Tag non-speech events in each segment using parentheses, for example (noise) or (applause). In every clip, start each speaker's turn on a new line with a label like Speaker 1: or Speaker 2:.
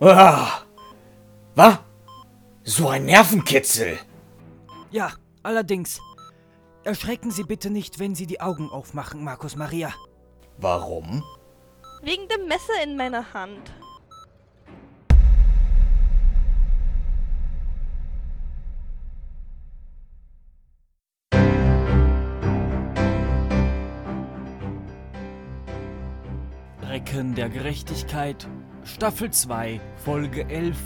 Speaker 1: Ah, was? So ein Nervenkitzel.
Speaker 2: Ja, allerdings. Erschrecken Sie bitte nicht, wenn Sie die Augen aufmachen, Markus Maria.
Speaker 1: Warum?
Speaker 3: Wegen dem Messer in meiner Hand.
Speaker 4: Recken der Gerechtigkeit, Staffel 2, Folge 11,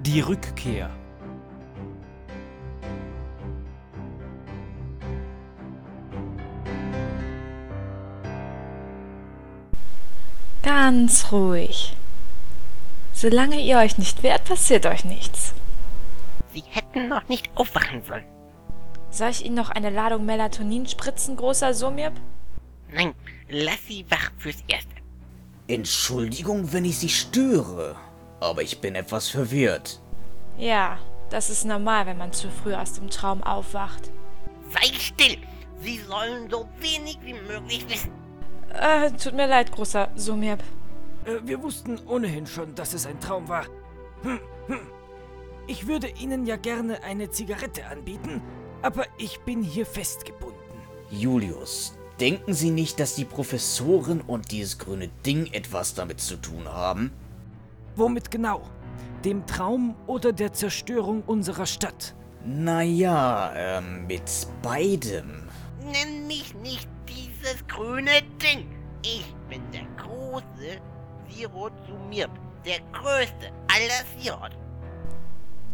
Speaker 4: die Rückkehr.
Speaker 5: Ganz ruhig. Solange ihr euch nicht wehrt, passiert euch nichts.
Speaker 6: Sie hätten noch nicht aufwachen sollen.
Speaker 5: Soll ich Ihnen noch eine Ladung Melatonin spritzen, großer Sumjeb?
Speaker 6: Nein, lass sie wach fürs Erste.
Speaker 1: Entschuldigung, wenn ich Sie störe, aber ich bin etwas verwirrt.
Speaker 5: Ja, das ist normal, wenn man zu früh aus dem Traum aufwacht.
Speaker 6: Sei still! Sie sollen so wenig wie möglich wissen.
Speaker 5: Äh, tut mir leid, großer Sumjeb.
Speaker 2: Äh, wir wussten ohnehin schon, dass es ein Traum war. Hm, hm. Ich würde Ihnen ja gerne eine Zigarette anbieten, aber ich bin hier festgebunden.
Speaker 1: Julius, denken Sie nicht, dass die Professorin und dieses grüne Ding etwas damit zu tun haben?
Speaker 2: Womit genau? Dem Traum oder der Zerstörung unserer Stadt?
Speaker 1: Naja, ähm, mit beidem.
Speaker 6: Nenn mich nicht dieses grüne Ding. Ich bin der große Sirot Sumirb. Der größte aller Sirot.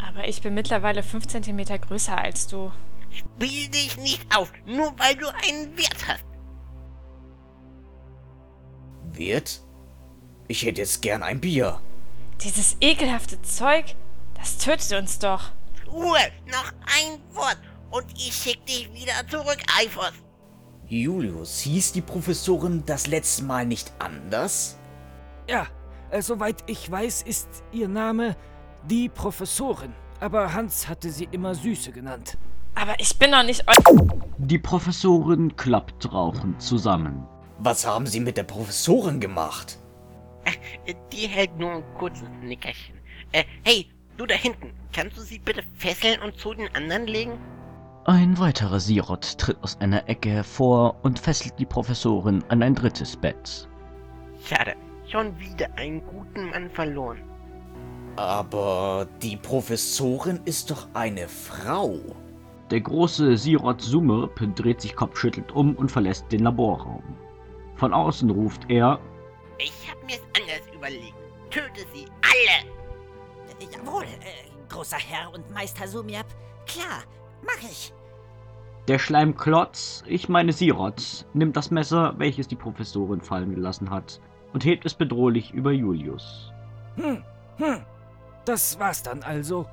Speaker 5: Aber ich bin mittlerweile 5 cm größer als du.
Speaker 6: Spiel dich nicht auf, nur weil du einen Wert hast.
Speaker 1: Wird? Ich hätte jetzt gern ein Bier.
Speaker 5: Dieses ekelhafte Zeug, das tötet uns doch.
Speaker 6: Ruhe, noch ein Wort und ich schick dich wieder zurück, Eifers.
Speaker 1: Julius, hieß die Professorin das letzte Mal nicht anders?
Speaker 2: Ja, äh, soweit ich weiß, ist Ihr Name die Professorin. Aber Hans hatte sie immer Süße genannt.
Speaker 5: Aber ich bin doch nicht eu.
Speaker 7: Die Professorin klappt rauchend zusammen.
Speaker 1: Was haben Sie mit der Professorin gemacht?
Speaker 6: Äh, Die hält nur ein kurzes Nickerchen. Äh, hey, du da hinten, kannst du sie bitte fesseln und zu den anderen legen?
Speaker 7: Ein weiterer Sirot tritt aus einer Ecke hervor und fesselt die Professorin an ein drittes Bett.
Speaker 6: Schade, schon wieder einen guten Mann verloren.
Speaker 1: Aber die Professorin ist doch eine Frau.
Speaker 7: Der große Sirot Sumirp dreht sich kopfschüttelnd um und verlässt den Laborraum. Von außen ruft er,
Speaker 6: Ich hab mir's anders überlegt. Töte sie alle!
Speaker 8: Äh, Jawohl, äh, großer Herr und Meister Sumiab. Klar, mach ich.
Speaker 7: der Schleimklotz, ich meine Sirot, nimmt das Messer, welches die Professorin fallen gelassen hat, und hebt es bedrohlich über Julius.
Speaker 2: Hm, hm. Das war's dann also.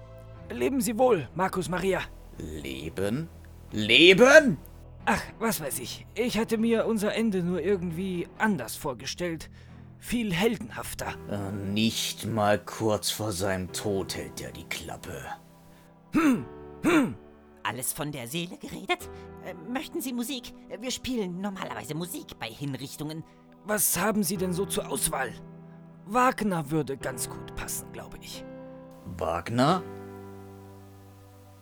Speaker 2: Leben Sie wohl, Markus Maria.
Speaker 1: Leben? Leben?
Speaker 2: Ach, was weiß ich. Ich hatte mir unser Ende nur irgendwie anders vorgestellt. Viel heldenhafter.
Speaker 1: Äh, Nicht mal kurz vor seinem Tod hält er die Klappe.
Speaker 8: Alles von der Seele geredet? Äh, möchten Sie Musik? Äh, Wir spielen normalerweise Musik bei Hinrichtungen.
Speaker 2: Was haben Sie denn so zur Auswahl? Wagner würde ganz gut passen, glaube ich.
Speaker 1: Wagner?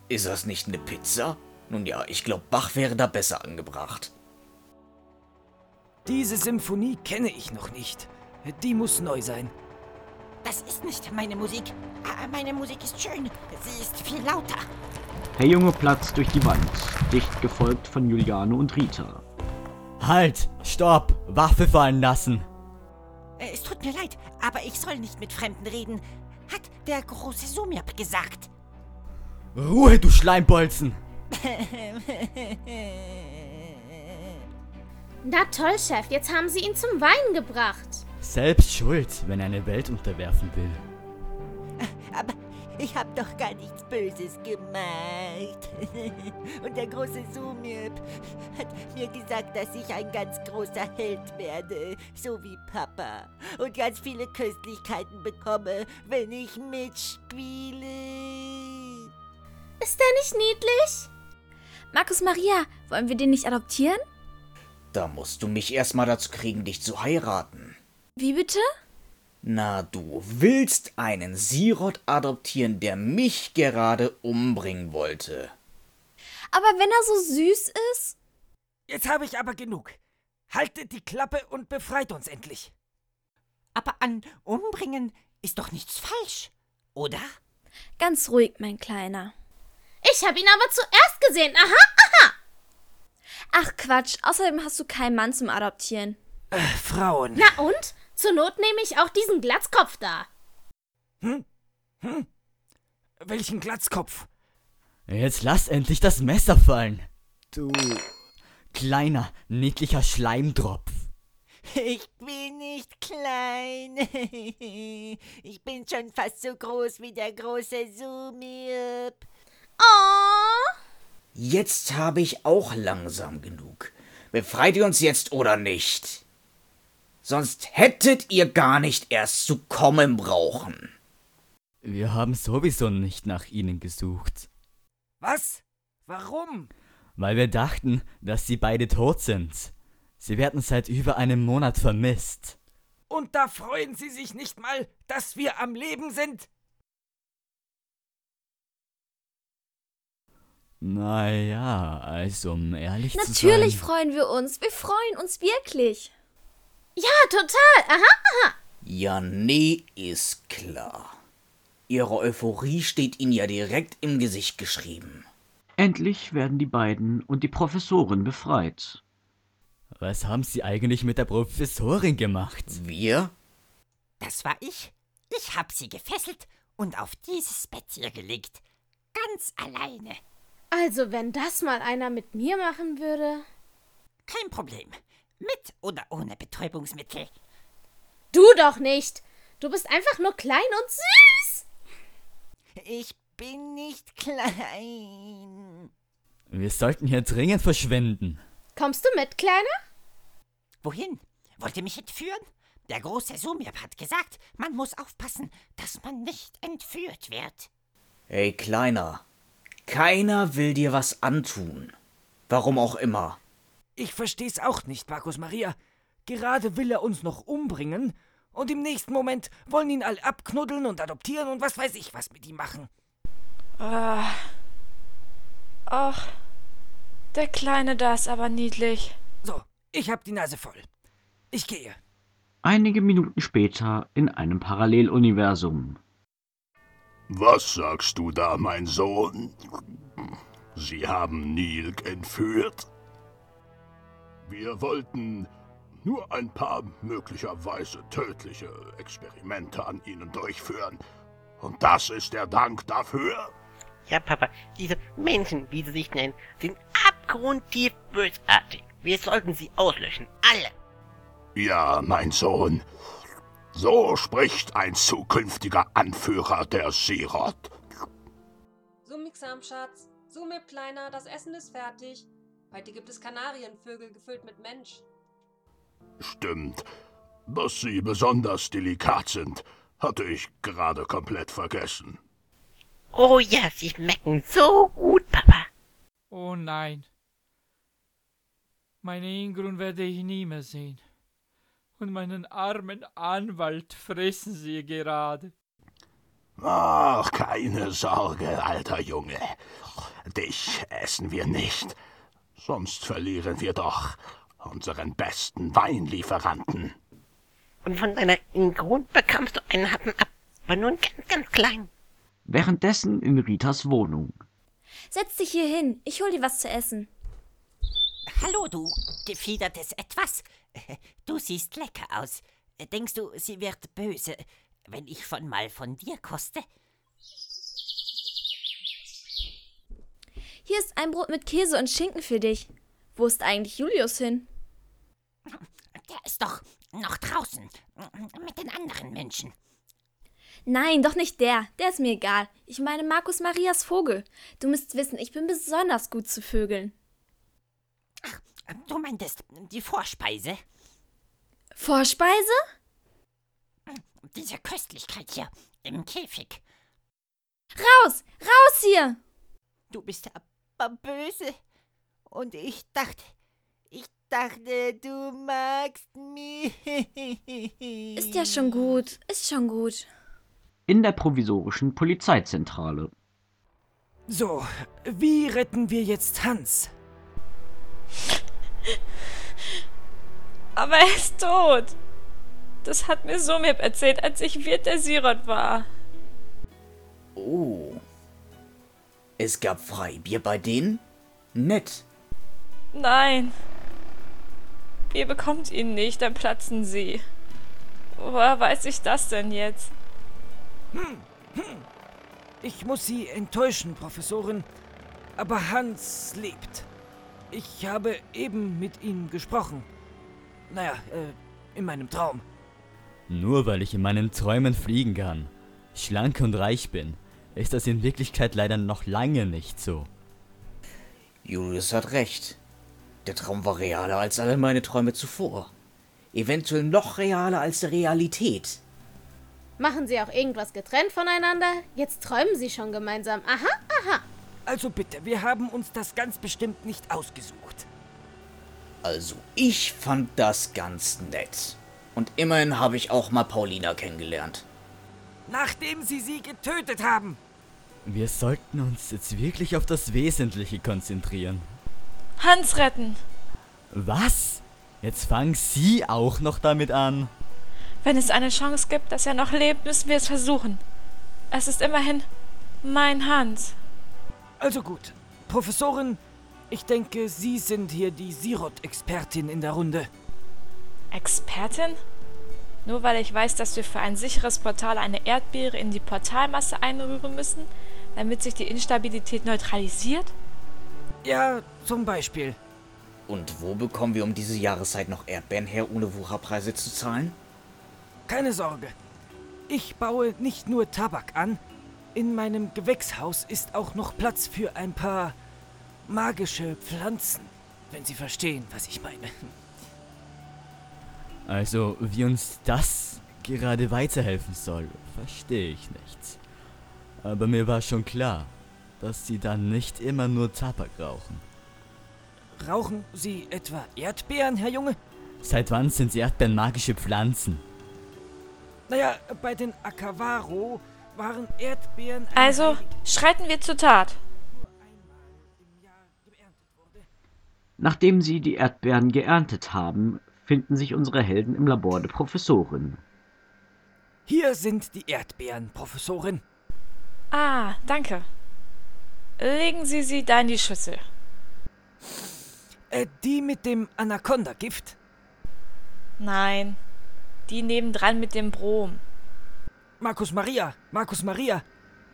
Speaker 1: Ist das nicht eine Pizza? Nun ja, ich glaube, Bach wäre da besser angebracht.
Speaker 2: Diese Symphonie kenne ich noch nicht. Die muss neu sein.
Speaker 8: Das ist nicht meine Musik. Ah, Meine Musik ist schön. Sie ist viel lauter.
Speaker 7: Der Junge platzt durch die Wand, dicht gefolgt von Juliane und Rita.
Speaker 9: Halt! Stopp! Waffe fallen lassen!
Speaker 8: Äh, Es tut mir leid, aber ich soll nicht mit Fremden reden, hat der große Sumiab gesagt. (laughs)
Speaker 9: Ruhe, du Schleimbolzen!
Speaker 10: Na toll, Chef, jetzt haben sie ihn zum Weinen gebracht.
Speaker 9: Selbst schuld, wenn er eine Welt unterwerfen will.
Speaker 8: Aber ich habe doch gar nichts Böses gemacht. (laughs) Und der große Sumirb hat mir gesagt, dass ich ein ganz großer Held werde, so wie Papa. Und ganz viele Köstlichkeiten bekomme, wenn ich mitspiele.
Speaker 10: Ist der nicht niedlich?
Speaker 11: Markus Maria, wollen wir den nicht adoptieren?
Speaker 1: Da musst du mich erstmal dazu kriegen, dich zu heiraten.
Speaker 11: Wie bitte?
Speaker 1: Na, du willst einen Sirot adoptieren, der mich gerade umbringen wollte.
Speaker 11: Aber wenn er so süß ist?
Speaker 2: Jetzt habe ich aber genug. Haltet die Klappe und befreit uns endlich.
Speaker 8: Aber an Umbringen ist doch nichts falsch, oder?
Speaker 11: Ganz ruhig, mein Kleiner.
Speaker 10: Ich habe ihn aber zuerst gesehen. Aha, aha.
Speaker 11: Ach Quatsch, außerdem hast du keinen Mann zum Adoptieren.
Speaker 2: Äh, Frauen.
Speaker 10: Na und? Zur Not nehme ich auch diesen Glatzkopf da.
Speaker 2: Hm? Hm? Welchen Glatzkopf?
Speaker 9: Jetzt lass endlich das Messer fallen. Du kleiner, niedlicher Schleimdropf.
Speaker 8: Ich bin nicht klein. (laughs) Ich bin schon fast so groß wie der große Sumib.
Speaker 10: Oh!
Speaker 1: Jetzt habe ich auch langsam genug. Befreit ihr uns jetzt oder nicht? Sonst hättet ihr gar nicht erst zu kommen brauchen.
Speaker 9: Wir haben sowieso nicht nach ihnen gesucht,
Speaker 2: Was? Warum?
Speaker 9: weil wir dachten, dass sie beide tot sind. Sie werden seit über einem Monat vermisst.
Speaker 2: Und da freuen Sie sich nicht mal, dass wir am Leben sind?
Speaker 9: Naja, also um ehrlich zu sein...
Speaker 11: Natürlich freuen wir uns. Wir freuen uns wirklich.
Speaker 10: Ja, total. Aha, aha.
Speaker 1: Ja, nee, ist klar. Ihre Euphorie steht ihnen ja direkt im Gesicht geschrieben.
Speaker 7: Endlich werden die beiden und die Professorin befreit.
Speaker 9: Was haben sie eigentlich mit der Professorin gemacht?
Speaker 1: Wir?
Speaker 8: Das war ich. Ich hab sie gefesselt und auf dieses Bett hier gelegt. Ganz alleine.
Speaker 10: Also, wenn das mal einer mit mir machen würde.
Speaker 8: Kein Problem. Mit oder ohne Betäubungsmittel.
Speaker 10: Du doch nicht. Du bist einfach nur klein und süß.
Speaker 8: Ich bin nicht klein.
Speaker 9: Wir sollten hier dringend verschwinden.
Speaker 10: Kommst du mit, Kleiner?
Speaker 8: Wohin? Wollt ihr mich entführen? Der große Sumir hat gesagt, man muss aufpassen, dass man nicht entführt wird.
Speaker 1: Ey, Kleiner. Keiner will dir was antun. Warum auch immer.
Speaker 2: Ich versteh's auch nicht, Markus Maria. Gerade will er uns noch umbringen und im nächsten Moment wollen ihn all abknuddeln und adoptieren und was weiß ich was mit ihm machen.
Speaker 5: Ah. Ach, der Kleine da ist aber niedlich.
Speaker 2: So, ich hab die Nase voll. Ich gehe.
Speaker 7: Einige Minuten später in einem Paralleluniversum.
Speaker 12: Was sagst du da, mein Sohn? Sie haben Nilk entführt? Wir wollten nur ein paar möglicherweise tödliche Experimente an ihnen durchführen. Und das ist der Dank dafür?
Speaker 6: Ja, Papa, diese Menschen, wie sie sich nennen, sind abgrundtief bösartig. Wir sollten sie auslöschen. Alle.
Speaker 12: Ja, mein Sohn. So spricht ein zukünftiger Anführer der Sirot.
Speaker 13: Summigsam, Schatz. Summe, Kleiner, das Essen ist fertig. Heute gibt es Kanarienvögel gefüllt mit Mensch.
Speaker 12: Stimmt. Dass sie besonders delikat sind, hatte ich gerade komplett vergessen.
Speaker 6: Oh ja, sie schmecken so gut, Papa.
Speaker 14: Oh nein. Meine Ingrun werde ich nie mehr sehen. Und meinen armen Anwalt fressen sie gerade.
Speaker 12: Ach, keine Sorge, alter Junge. Dich essen wir nicht. Sonst verlieren wir doch unseren besten Weinlieferanten.
Speaker 6: Und von deiner Ingrun bekamst du einen Happen ab. Aber nur einen ganz, ganz kleinen.
Speaker 7: Währenddessen in Ritas Wohnung.
Speaker 11: Setz dich hier hin. Ich hol dir was zu essen.
Speaker 8: Hallo, du gefiedertes Etwas. (laughs) Äh, Du siehst lecker aus. Äh, Denkst du, sie wird böse, wenn ich schon mal von dir koste?
Speaker 11: Hier ist ein Brot mit Käse und Schinken für dich. Wo ist eigentlich Julius hin?
Speaker 8: Der ist doch noch draußen mit den anderen Menschen.
Speaker 11: Nein, doch nicht der. Der ist mir egal. Ich meine Markus Marias Vogel. Du müsst wissen, ich bin besonders gut zu Vögeln.
Speaker 8: Du meintest die Vorspeise?
Speaker 11: Vorspeise?
Speaker 8: Diese Köstlichkeit hier im Käfig.
Speaker 11: Raus! Raus hier!
Speaker 8: Du bist aber böse. Und ich dachte, Ich dachte, du magst mich.
Speaker 11: Ist ja schon gut, ist schon gut.
Speaker 7: In der provisorischen Polizeizentrale.
Speaker 2: So, wie retten wir jetzt Hans?
Speaker 5: Aber er ist tot. Das hat mir Sumib erzählt, als ich Wirt der Sirot war.
Speaker 1: Oh. Es gab Freibier bei denen? Nett.
Speaker 5: Nein. Ihr bekommt ihn nicht, dann platzen sie. Woher weiß ich das denn jetzt?
Speaker 2: Ich muss Sie enttäuschen, Professorin, aber Hans lebt. Ich habe eben mit ihm gesprochen. Naja, äh, in meinem Traum.
Speaker 9: Nur weil ich in meinen Träumen fliegen kann, schlank und reich bin, ist das in Wirklichkeit leider noch lange nicht so.
Speaker 1: Julius hat recht. Der Traum war realer als alle meine Träume zuvor. Eventuell noch realer als die Realität.
Speaker 10: Machen sie auch irgendwas getrennt voneinander? Jetzt träumen sie schon gemeinsam. Aha, aha.
Speaker 2: Also bitte, wir haben uns das ganz bestimmt nicht ausgesucht.
Speaker 1: Also, ich fand das ganz nett. Und immerhin habe ich auch mal Paulina kennengelernt.
Speaker 2: Nachdem Sie sie getötet haben.
Speaker 9: Wir sollten uns jetzt wirklich auf das Wesentliche konzentrieren.
Speaker 5: Hans retten.
Speaker 9: Was? Jetzt fangen Sie auch noch damit an.
Speaker 5: Wenn es eine Chance gibt, dass er noch lebt, müssen wir es versuchen. Es ist immerhin mein Hans.
Speaker 2: Also gut, Professorin, ich denke, Sie sind hier die Sirot-Expertin in der Runde.
Speaker 5: Expertin? Nur weil ich weiß, dass wir für ein sicheres Portal eine Erdbeere in die Portalmasse einrühren müssen, damit sich die Instabilität neutralisiert?
Speaker 2: Ja, zum Beispiel.
Speaker 1: Und wo bekommen wir um diese Jahreszeit noch Erdbeeren her, ohne Wucherpreise zu zahlen?
Speaker 2: Keine Sorge. Ich baue nicht nur Tabak an. In meinem Gewächshaus ist auch noch Platz für ein paar magische Pflanzen, wenn Sie verstehen, was ich meine. (laughs)
Speaker 9: Also, wie uns das gerade weiterhelfen soll, verstehe ich nicht. Aber mir war schon klar, dass sie dann nicht immer nur Tabak rauchen.
Speaker 2: Rauchen Sie etwa Erdbeeren, Herr Junge?
Speaker 9: Seit wann sind Erdbeeren magische Pflanzen?
Speaker 2: Naja, bei den Akavaro waren Erdbeeren. ein
Speaker 5: Also schreiten wir zur Tat.
Speaker 7: Nachdem sie die Erdbeeren geerntet haben, finden sich unsere Helden im Labor der Professorin.
Speaker 2: Hier sind die Erdbeeren, Professorin.
Speaker 5: Ah, danke. Legen Sie sie da in die Schüssel.
Speaker 2: Äh, die mit dem Anaconda-Gift?
Speaker 5: Nein, die nebendran mit dem Brom.
Speaker 2: Markus Maria, Markus Maria,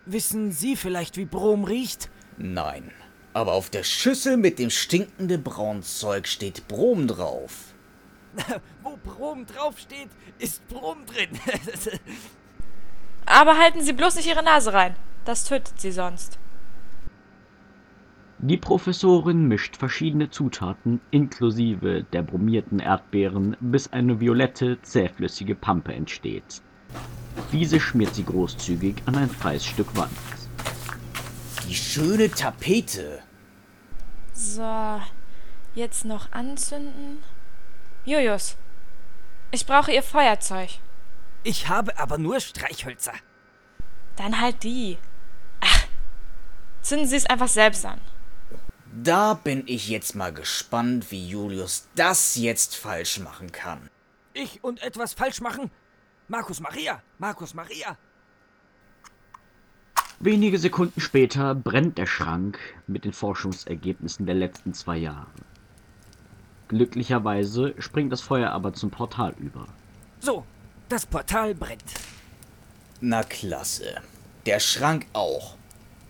Speaker 2: wissen Sie vielleicht, wie Brom riecht?
Speaker 1: Nein. Aber auf der Schüssel mit dem stinkenden Braunzeug steht Brom drauf.
Speaker 2: Wo Brom draufsteht, ist Brom drin. (laughs)
Speaker 5: Aber halten Sie bloß nicht Ihre Nase rein. Das tötet sie sonst.
Speaker 7: Die Professorin mischt verschiedene Zutaten inklusive der bromierten Erdbeeren, bis eine violette, zähflüssige Pampe entsteht. Diese schmiert sie großzügig an ein freies Stück Wand.
Speaker 1: Die schöne Tapete.
Speaker 5: So, jetzt noch anzünden. Julius, ich brauche Ihr Feuerzeug.
Speaker 2: Ich habe aber nur Streichhölzer.
Speaker 5: Dann halt die. Ach, zünden Sie es einfach selbst an.
Speaker 1: Da bin ich jetzt mal gespannt, wie Julius das jetzt falsch machen kann.
Speaker 2: Ich und etwas falsch machen? Markus Maria, Markus Maria.
Speaker 7: Wenige Sekunden später brennt der Schrank mit den Forschungsergebnissen der letzten zwei Jahre. Glücklicherweise springt das Feuer aber zum Portal über.
Speaker 2: So, das Portal brennt.
Speaker 1: Na klasse. Der Schrank auch.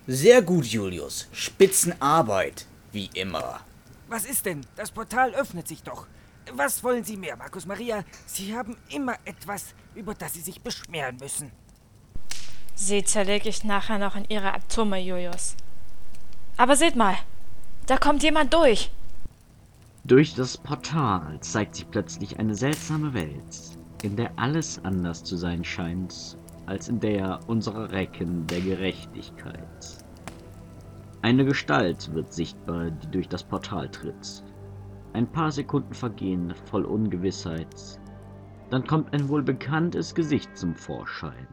Speaker 1: Sehr gut, Julius. Spitzenarbeit, wie immer.
Speaker 2: Was ist denn? Das Portal öffnet sich doch. Was wollen Sie mehr, Markus Maria? Sie haben immer etwas, über das Sie sich beschweren müssen.
Speaker 5: Sie zerlege ich nachher noch in Ihre Atome, Julius. Aber seht mal, da kommt jemand durch.
Speaker 7: Durch das Portal zeigt sich plötzlich eine seltsame Welt, in der alles anders zu sein scheint, als in der unserer Recken der Gerechtigkeit. Eine Gestalt wird sichtbar, die durch das Portal tritt. Ein paar Sekunden vergehen voll Ungewissheit. Dann kommt ein wohlbekanntes Gesicht zum Vorschein.